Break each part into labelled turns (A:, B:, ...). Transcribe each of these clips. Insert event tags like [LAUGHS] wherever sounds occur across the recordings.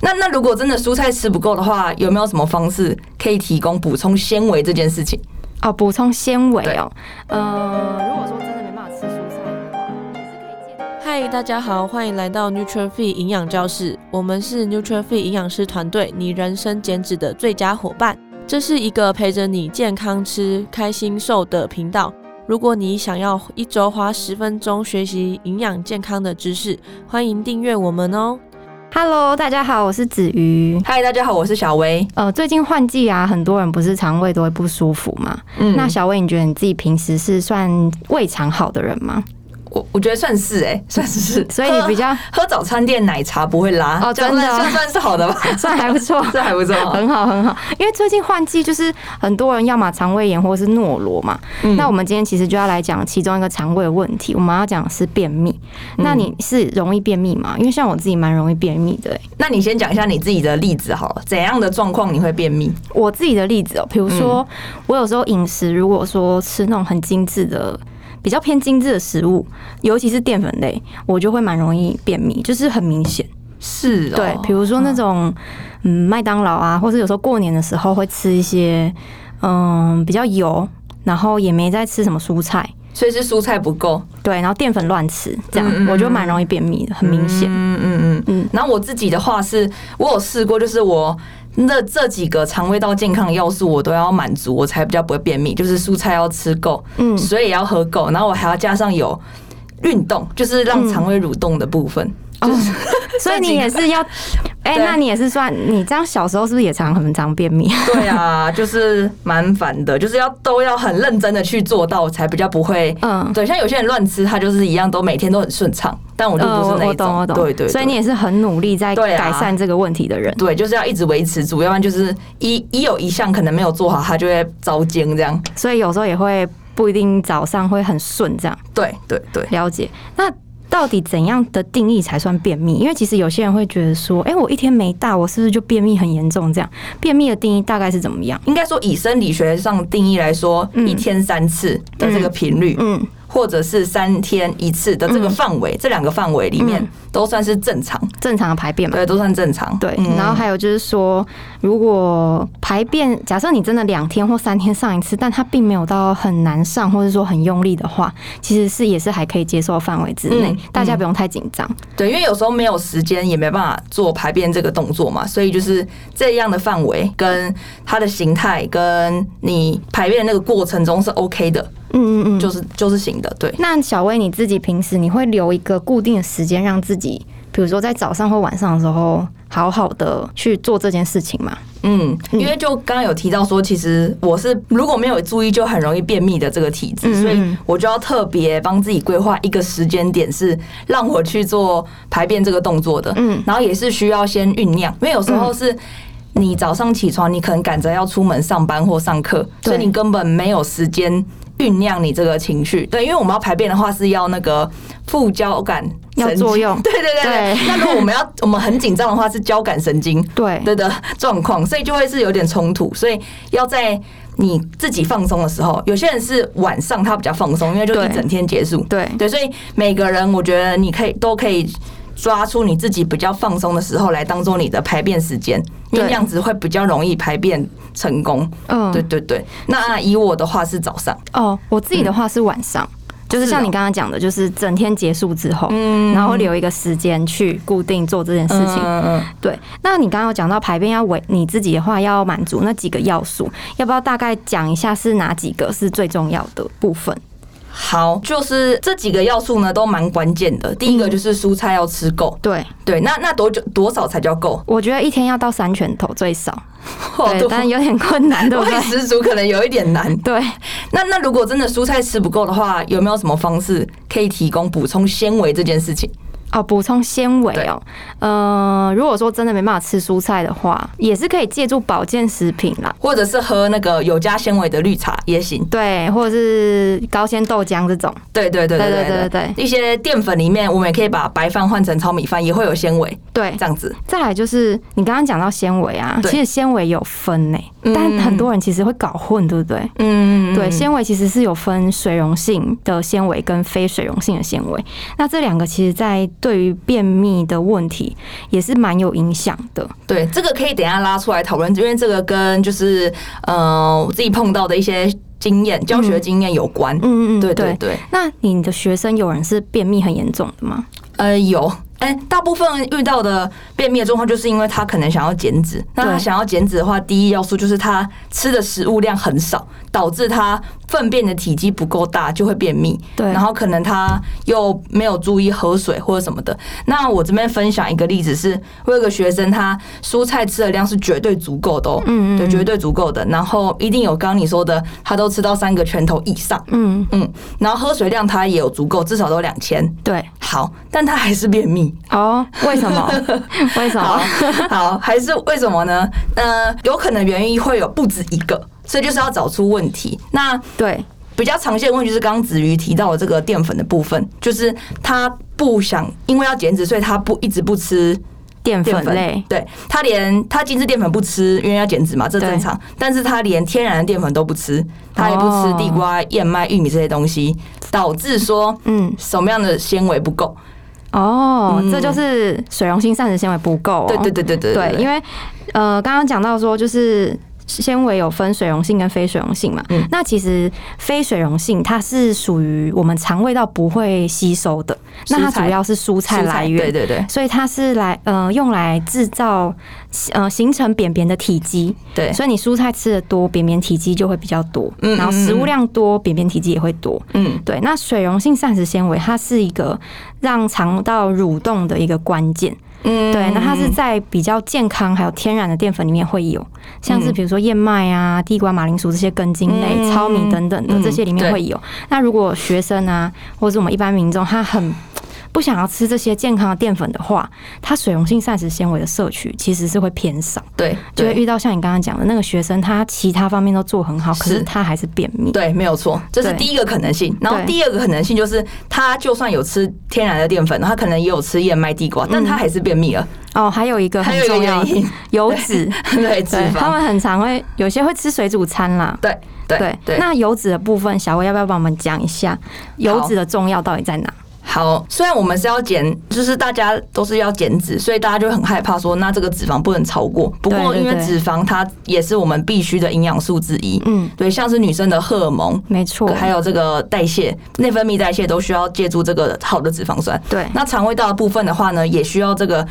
A: 那那如果真的蔬菜吃不够的话，有没有什么方式可以提供补充纤维这件事情？
B: 哦，补充纤维哦。呃，如果说真的没办法吃蔬菜的话，也是可以借。
C: 嗨，大家好，欢迎来到 NutriFit 营养教室，我们是 NutriFit 营养师团队，你人生减脂的最佳伙伴。这是一个陪着你健康吃、开心瘦的频道。如果你想要一周花十分钟学习营养健康的知识，欢迎订阅我们哦。
B: Hello，大家好，我是子瑜。
A: 嗨，大家好，我是小薇。
B: 呃，最近换季啊，很多人不是肠胃都会不舒服嘛？
A: 嗯
B: 那小薇，你觉得你自己平时是算胃肠好的人吗？
A: 我我觉得算是哎、算是，
B: [LAUGHS] 所以你比较
A: 喝喝早餐店奶茶不会拉，
B: 哦
A: 这样
B: 真的
A: 算
B: 哦
A: 这样算是好的吧？。
B: [LAUGHS] 算还不错
A: 这还不 [LAUGHS] 错。
B: 很好，很好，因为最近换季就是很多人要么肠胃炎或是诺罗嘛。
A: 嗯
B: 那我们今天其实就要来讲其中一个肠胃的问题，我们要讲的是便秘。那你是容易便秘吗？因为像我自己蛮容易便秘的、欸。
A: 那你先讲一下你自己的例子好了，怎样的状况你会便秘？
B: 我自己的例子哦、比如说、我有时候饮食如果说吃那种很精致的。比较偏精致的食物，尤其是淀粉类，我就会蛮容易便秘，就是很明显。
A: 是哦，
B: 对，比如说那种嗯麦当劳啊，或是有时候过年的时候会吃一些嗯比较油，然后也没在吃什么蔬菜，
A: 所以是蔬菜不够，
B: 对，然后淀粉乱吃，这样、
A: 嗯嗯嗯
B: 我就蛮容易便秘的，很明显。
A: 嗯嗯嗯嗯
B: 嗯。
A: 然后我自己的话是，我有试过，就是我那这几个肠胃道健康的要素我都要满足，我才比较不会便秘。就是蔬菜要吃够，
B: 嗯
A: 水也要喝够，然后我还要加上有运动，就是
B: 嗯
A: 让肠胃蠕动的部分。
B: [LAUGHS] 所以你也是要， [LAUGHS] 哎、
A: 对
B: 那你也是算你这样小时候是不是也常很常便秘？
A: 对啊，就是蛮烦的，就是要都要很认真的去做到，才比较不会。
B: 嗯。
A: 对，像有些人乱吃，他就是一样都每天都很顺畅，但我就
B: 呃，
A: 不
B: 我
A: 是那
B: 我
A: 一种。
B: 懂我懂，
A: 对对对
B: 所以你也是很努力在
A: 对啊
B: 改善这个问题的人。
A: 对，就是要一直维持住，要不然就是一一有一项可能没有做好，它就会遭奸这样。
B: 所以有时候也会不一定早上会很顺这样。
A: 对对对，
B: 了解。那到底怎样的定义才算便秘？因为其实有些人会觉得说，哎、我一天没大，我是不是就便秘很严重？这样，便秘的定义大概是怎么样？
A: 应该说以生理学上定义来说，
B: 嗯
A: 一天三次的这个频率，
B: 嗯，
A: 或者是三天一次的这个范围，这两个范围里面
B: 嗯
A: 都算是正常，
B: 正常的排便嘛。
A: 对，都算正常。
B: 对，
A: 嗯
B: 然后还有就是说，如果排便，假设你真的两天或三天上一次，但它并没有到很难上，或者说很用力的话，其实是也是还可以接受的范围之内，
A: 嗯
B: 大家不用太紧张。
A: 对，因为有时候没有时间，也没办法做排便这个动作嘛，所以就是这样的范围跟它的形态，跟你排便的那个过程中是 OK 的，
B: 嗯嗯嗯，
A: 就是就是行的，对。
B: 那小薇你自己平时你会留一个固定的时间让自己，比如说在早上或晚上的时候，好好的去做这件事情吗？
A: 嗯，因为就刚刚有提到说，其实我是如果没有注意，就很容易便秘的这个体质，
B: 嗯嗯
A: 所以我就要特别帮自己规划一个时间点，是让我去做排便这个动作的。
B: 嗯
A: 然后也是需要先酝酿，因为有时候是。你早上起床，你可能赶着要出门上班或上课，所
B: 对
A: 以你根本没有时间酝酿你这个情绪。对，因为我们要排便的话是要那个副交感
B: 要
A: 神
B: 作
A: 经 [LAUGHS]
B: 用
A: 对对对对。
B: 对
A: 那如果我们要我们很紧张的话，是交感神经。
B: 对
A: 对的状况，所以就会是有点冲突，所以要在你自己放松的时候，有些人是晚上他比较放松，因为就
B: 对
A: 一整天结束，
B: 对
A: 对，所以每个人我觉得你可以都可以抓出你自己比较放松的时候来当做你的排便时间，因为
B: 对
A: 那样子会比较容易排便成功。
B: 嗯，
A: 对对对，那啊以我的话是早上，
B: 哦，我自己的话是晚上。就是像
A: 是哦
B: 你刚刚讲的，就是整天结束之后，
A: 嗯
B: 然后留一个时间去固定做这件事情。
A: 嗯嗯
B: 对，那你刚刚有讲到排便要为你自己的话，要满足那几个要素，要不要大概讲一下是哪几个是最重要的部分？
A: 好，就是这几个要素呢都蛮关键的。第一
B: 嗯
A: 个就是蔬菜要吃够，
B: 对，
A: 对，那那多久多少才叫够？
B: 我觉得一天要到三拳头最少，
A: [LAUGHS] 好
B: 对，
A: 多
B: 但有点
A: [LAUGHS]
B: 困难，对不对
A: 外？食族可能有一点难。
B: 对，
A: 那那如果真的蔬菜吃不够的话，有没有什么方式可以提供补充纤维这件事情？
B: 哦，补充纤维
A: 对
B: 哦。呃，如果说真的没办法吃蔬菜的话，也是可以借助保健食品啦，
A: 或者是喝那个有加纤维的绿茶也行。
B: 对，或者是高纤豆浆这种。
A: 对对对
B: 对
A: 对对
B: 对对
A: 一些淀粉里面，我们也可以把白饭换成糙米饭，也会有纤维。
B: 对，
A: 这样子，
B: 再来就是你刚刚讲到纤维啊，
A: 对
B: 其实纤维有分呢、
A: 嗯
B: 但很多人其实会搞混，对不对？
A: 嗯，
B: 对，纤维其实是有分水溶性的纤维跟非水溶性的纤维。那这两个其实在对于便秘的问题也是蛮有影响的。
A: 对，这个可以等一下拉出来讨论，因为这个跟就是呃我自己碰到的一些经验、教学经验有关。
B: 嗯嗯嗯，
A: 对对对，
B: 那你的学生有人是便秘很严重的吗？
A: 呃，有，哎、大部分遇到的便秘的状况，就是因为他可能想要减脂。那他
B: 对
A: 想要减脂的话，第一要素就是他吃的食物量很少，导致他粪便的体积不够大，就会便秘。
B: 对
A: 然后可能他又没有注意喝水或者什么的。那我这边分享一个例子是，我有个学生，他蔬菜吃的量是绝对足够的哦，
B: 嗯嗯
A: 对，绝对足够的。然后一定有刚刚你说的，他都吃到三个拳头以上，
B: 嗯，
A: 嗯，然后喝水量他也有足够，至少都两千。
B: 对。
A: 好，但他还是便秘。
B: 哦，为什 [LAUGHS] 么？为什
A: 好
B: 么？，
A: 好，还是为什么呢？呃，有可能原因会有不止一个，所以就是要找出问题。那
B: 对，
A: 比较常见的问题就是刚刚子瑜提到的这个淀粉的部分，就是他不想，因为要减脂，所以他不一直不吃
B: 淀
A: 淀
B: 粉
A: 粉
B: 类。
A: 对他连他精致淀粉不吃，因为要减脂嘛，这
B: 对
A: 正常。但是他连天然的淀粉都不吃，他也不吃
B: 哦
A: 地瓜、燕麦、玉米这些东西，导致说
B: 嗯，
A: 什么样的纤维不够？
B: 哦，
A: 嗯
B: 这就是水溶性膳食纤维不够、哦。
A: 对对对对对
B: 对，因为呃，刚刚讲到说，就是纤维有分水溶性跟非水溶性嘛。
A: 嗯
B: 那其实非水溶性它是属于我们肠胃道不会吸收的，那它
A: 蔬菜
B: 主要是蔬菜
A: 蔬
B: 来
A: 对
B: 源。
A: 对对
B: 所以它是来呃用来制造呃形成扁扁的体积，
A: 对，
B: 所以你蔬菜吃的多，扁扁体积就会比较多，
A: 嗯
B: 然后食物量多，扁扁体积也会多。
A: 嗯。
B: 对，那水溶性膳食纤维它是一个让肠道蠕动的一个关键。
A: 嗯
B: 对，那它是在比较健康还有天然的淀粉里面会有，像
A: 嗯
B: 是比如说燕麦啊、地瓜、马铃薯这些根茎类、
A: 嗯
B: 糙米等等的
A: 嗯
B: 这些里面会有。那如果学生啊，或者我们一般民众，他很不想要吃这些健康的淀粉的话，他水溶性膳食纤维的摄取其实是会偏少，
A: 对
B: 就会
A: 对
B: 遇到像你刚刚讲的那个学生，他其他方面都做很好，可是
A: 是
B: 他还是便秘。
A: 对，没有错，这是
B: 对
A: 第一个可能性。然后
B: 对
A: 第二个可能性就是，他就算有吃天然的淀粉，他可能也有吃燕麦、地瓜，
B: 嗯
A: 但他还是便秘了。 [LAUGHS]
B: 哦，还有一个
A: 还
B: 很
A: 有一个
B: 重要
A: 原
B: 的 [LAUGHS]
A: 因，
B: 油脂，
A: 对脂
B: 对，他
A: 肪，
B: 们很常会有些会吃水煮餐啦。
A: 对对
B: 对
A: 对。
B: 那油脂的部分，小薇要不要帮我们讲一下油脂的重要到底在哪？
A: 好，虽然我们是要减，就是大家都是要减脂，所以大家就很害怕说，那这个脂肪不能超过。不过
B: 对对
A: 因为
B: 对
A: 脂肪它也是我们必须的营养素之一，
B: 嗯，哦
A: 对，像是女生的荷尔蒙，
B: 没错，
A: 还有这个代谢、内分泌代谢都需要借助这个好的脂肪酸。
B: 对，
A: 那肠胃道的部分的话呢，也需要这个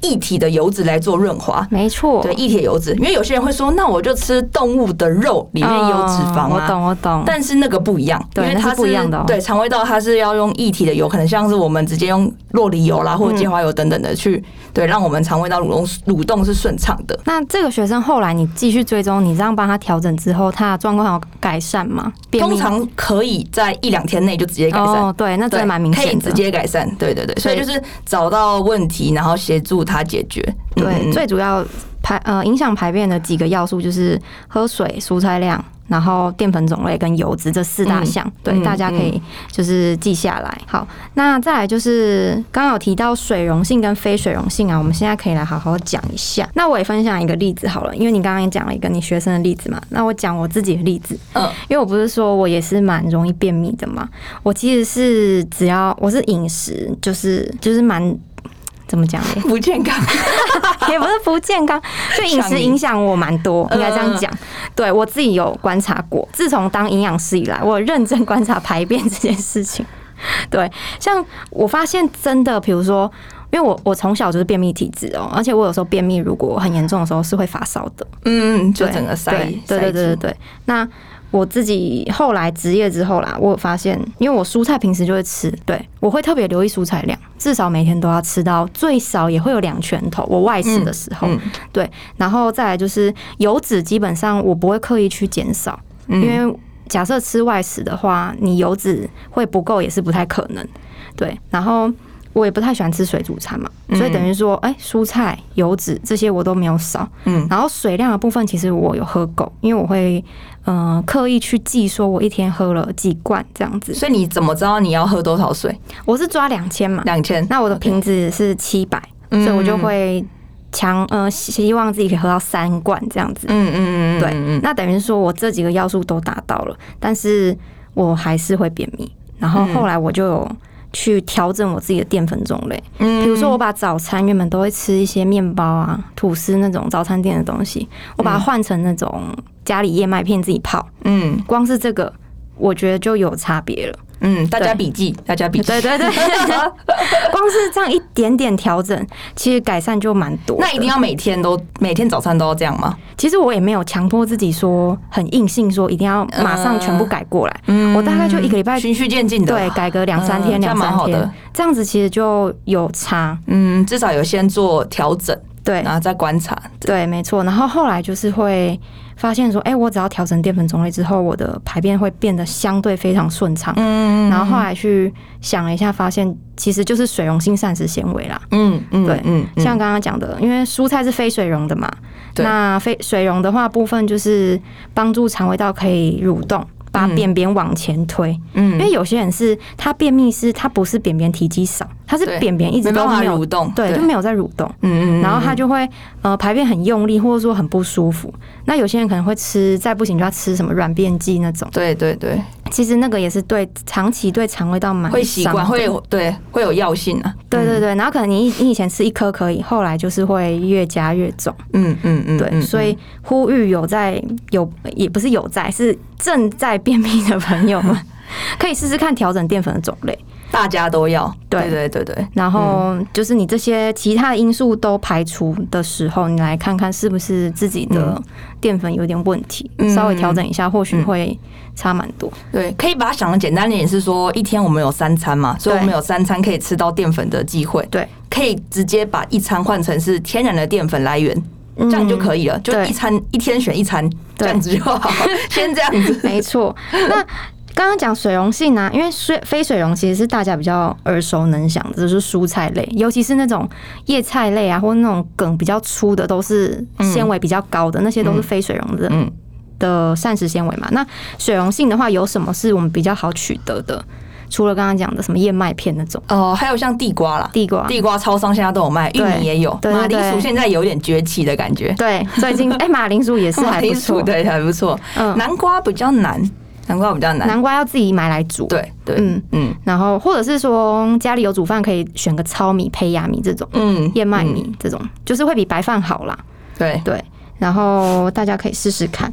A: 液体的油脂来做润滑。
B: 没错，
A: 对，液体油脂，因为有些人会说，那我就吃动物的肉，里面有脂肪啊。
B: 嗯我懂，我懂。
A: 但是那个不一样，
B: 对
A: 因为
B: 那是
A: 它
B: 不一样的哦
A: 对，肠胃道它是要用液体的油，可能像是我们直接用洛梨油啦，或
B: 嗯
A: 者芥花油等等的去，对，让我们肠胃道蠕动蠕动是顺畅的。
B: 那这个学生后来你继续追踪，你这样帮他调整之后，他的状况有改善吗？便秘
A: 通常可以在一两天内就直接改善。
B: 哦，对，那真
A: 对，
B: 的蛮明
A: 可以
B: 显
A: 直
B: 的。
A: 接改善，对对对，所以
B: 对
A: 就是找到问题，然后协助他解决。嗯
B: 对，最主要排呃影响排便的几个要素就是喝水、蔬菜量，然后淀粉种类跟油脂这四大项。对，
A: 嗯
B: 大家可以就是记下来。好，那再来就是刚刚有提到水溶性跟非水溶性啊，我们现在可以来好好讲一下。那我也分享一个例子好了，因为你刚刚也讲了一个你学生的例子嘛，那我讲我自己的例子。
A: 嗯，
B: 因为我不是说我也是蛮容易便秘的嘛，我其实是只要我是饮食就是就是蛮。怎么讲嘞？
A: 不健康，
B: [LAUGHS] 也不是不健康，就饮食影响我蛮多，
A: 嗯
B: 应该这样讲。对我自己有观察过，自从当营养师以来，我有认真观察排便这件事情。 [LAUGHS] 对，像我发现真的，比如说，因为我我从小就是便秘体质哦，而且我有时候便秘如果很严重的时候是会发烧的，
A: 嗯，就
B: 对
A: 整个塞，
B: 对对对对
A: 塞
B: 对
A: 住，
B: 对。那我自己后来职业之后啦，我有发现，因为我蔬菜平时就会吃，对我会特别留意蔬菜量，至少每天都要吃到最少也会有两拳头。我外食的时候，
A: 嗯
B: 对，然后再来就是油脂，基本上我不会刻意去减少，
A: 嗯
B: 因为假设吃外食的话，你油脂会不够也是不太可能。对，然后我也不太喜欢吃水煮餐嘛，
A: 嗯
B: 所以等于说，哎、蔬菜、油脂这些我都没有少。
A: 嗯，
B: 然后水量的部分其实我有喝够，因为我会嗯、呃刻意去记，说我一天喝了几罐这样子。
A: 所以你怎么知道你要喝多少水？
B: 我是抓两千嘛，
A: 两千，
B: 那我的瓶子是七百、
A: 嗯
B: 啊所以我就会强呃希望自己可以喝到三罐这样子。
A: 嗯嗯嗯，
B: 对，
A: 嗯
B: 那等于说我这几个
A: 嗯
B: 要素都达到了，但是我还是会便秘。然后后来我就有去调整我自己的淀粉种类。
A: 嗯
B: 比如说，我把早餐原本都会吃一些面包啊、吐司那种早餐店的东西，我把它换成那种家里燕麦片自己泡。
A: 嗯
B: 光是这个，我觉得就有差别
A: [LAUGHS]
B: 了。
A: 嗯，大家
B: 对
A: 笔记，大家笔记，
B: 对对对，光是这样一点点调整，其实改善就蛮多。
A: [LAUGHS] 那一定
B: 要，
A: 要每天都每天早餐都要这样吗？
B: 其实我也没有强迫自己说很硬性说一定要马上全部改过来。
A: 嗯
B: 我大概就一个礼拜
A: 循序渐进的，
B: 对，改个两三天，
A: 嗯这样
B: 两
A: 蛮
B: 三
A: 好的
B: 天，这样子其实就有差。
A: 嗯，至少有先做调整，
B: 对
A: 然后再观察，
B: 对，没错。然后后来就是会发现说，哎、我只要调整淀粉种类之后，我的排便会变得相对非常顺畅。
A: 嗯
B: 然后后来去想了一下，发现其实就是水溶性膳食纤维啦。
A: 嗯嗯
B: 对
A: 嗯嗯
B: 像刚刚讲的，因为蔬菜是非水溶的嘛，
A: 对
B: 那非水溶的话部分就是帮助肠胃道可以蠕动，把
A: 嗯
B: 便便往前推。因
A: 嗯
B: 为有些人是他便秘是，他不是便便体积少，他是
A: 对
B: 便便一直
A: 没
B: 都
A: 办法
B: 没有
A: 蠕动，
B: 对，就没有在蠕动。
A: 嗯嗯，
B: 然后他就会呃排便很用力，或者说很不舒服。那有些人可能会吃，再不行就要吃什么软便剂那种。
A: 对对对，
B: 其实那个也是对长期对肠胃道蛮
A: 会习
B: 伤
A: 惯
B: 的
A: 会有对会有药性啊，
B: 对对对。然后可能你你以前吃一颗可以，后来就是会越加越重。
A: 嗯嗯嗯，
B: 对，
A: 嗯
B: 所以呼吁有在有也不是有在，是正在便秘的朋友们 [LAUGHS] 可以试试看调整淀粉的种类。
A: 大家都要，
B: 对
A: 对对对对，
B: 然后就是你这些其他的因素都排除的时候，你来看看是不是自己的淀粉有点问题，
A: 嗯
B: 稍微调整一下，或许会差蛮多。
A: 对，可以把它想的简单一点，是说一天我们有三餐嘛，所以我们有三餐可以吃到淀粉的机会，
B: 对，
A: 可以直接把一餐换成是天然的淀粉来源，这样就可以了，就
B: 嗯对
A: 一餐一天选一餐，这
B: 对
A: 样子就
B: [LAUGHS]
A: 好，先这样子，
B: 没错。那刚刚讲水溶性啊，因为水非水溶其实是大家比较耳熟能详的，就是蔬菜类，尤其是那种叶菜类啊，或那种梗比较粗的，都是纤维比较高的，那些都是非水溶的。
A: 嗯
B: 的膳食纤维嘛，那水溶性的话，有什么是我们比较好取得的？除了刚刚讲的什么燕麦片那种，
A: 哦，还有像地瓜啦。
B: 地瓜，
A: 地瓜超商现在都有卖，玉
B: 对
A: 米也有，
B: 对对
A: 马铃薯
B: 对
A: 现在有点崛起的感觉，
B: 对，最近哎、马铃薯
A: [LAUGHS]
B: 也是
A: 马
B: 还不
A: 铃薯
B: 错，
A: 对还不错。
B: 嗯，
A: 南瓜比较难，南瓜比较难。
B: 南瓜要自己买来煮，，
A: 对对，嗯
B: 嗯，
A: 嗯
B: 然后或者是说家里有煮饭可以选个糙米、胚芽米这种，
A: 嗯，
B: 燕麦
A: 嗯，
B: 米这种，就是会比白饭好啦，
A: 对，
B: 对，然后大家可以试试看。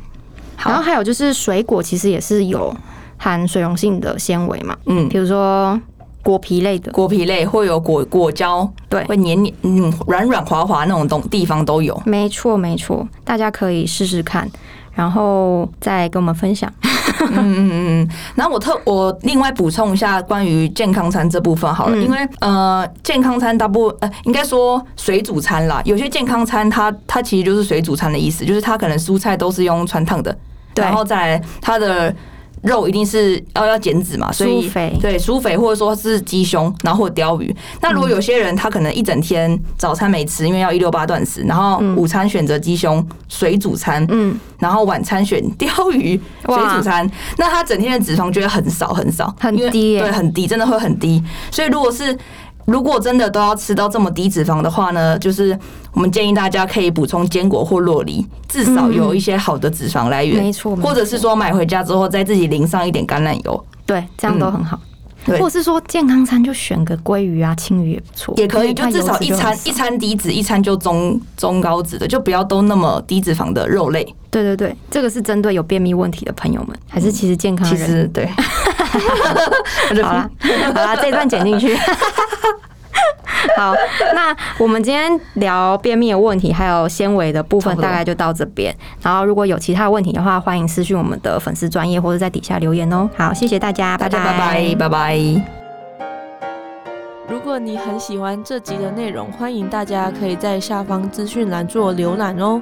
B: 然后还有就是水果其实也是有含水溶性的纤维嘛，
A: 嗯，
B: 比如说果皮类的，
A: 果皮类会有果果胶，
B: 对
A: 会黏黏，嗯，软软滑滑那种东地方都有。
B: 没错没错，大家可以试试看，然后再跟我们分享。
A: 然后我特我另外补充一下关于健康餐这部分好了，
B: 嗯
A: 因为呃，健康餐大部呃应该说水煮餐啦，有些健康餐它它其实就是水煮餐的意思，就是它可能蔬菜都是用穿烫的，
B: 对
A: 然后再来它的。肉一定是呃要要减脂嘛，所以
B: 酥肥
A: 对酥肥或者说是鸡胸，然后或鲷鱼。那如果有些人他可能一整天早餐没吃，因为要一六八断食，然后午餐选择鸡胸水煮餐，
B: 嗯，
A: 然后晚餐选鲷鱼水
B: 哇
A: 煮餐，那他整天的脂肪就会很少很少，
B: 很
A: 因为
B: 低耶
A: 对，很低，真的会很低。所以如果是如果真的都要吃到这么低脂肪的话呢，就是我们建议大家可以补充坚果或洛梨，至少有一些好的脂肪来源，
B: 嗯没错没错
A: 或者是说买回家之后再自己淋上一点橄榄油，
B: 对，这样都很好。
A: 嗯对
B: 或者是说健康餐就选个鲑鱼啊、青鱼也不错，
A: 也可以，
B: 因
A: 就
B: 为它
A: 至少
B: 油脂
A: 一
B: 就很
A: 餐
B: 少
A: 一餐低脂，一餐就中中高脂的，就不要都那么低脂肪的肉类。
B: 对对对，这个是针对有便秘问题的朋友们，还是其实健康
A: 其
B: 的人？
A: 实
B: [LAUGHS]
A: 对， [LAUGHS]
B: 好啦，好啦，这一段剪进去。 [LAUGHS] 好，那我们今天聊便秘的问题，还有纤维的部
A: 差
B: 分，
A: 不多
B: 大概就到这边。然后如果有其他问题的话，欢迎私讯我们的粉丝专业或者在底下留言哦。好，谢谢大家，
A: 大家拜拜，拜拜。
C: 如果你很喜欢这集的内容，欢迎大家可以在下方资讯栏做浏览哦。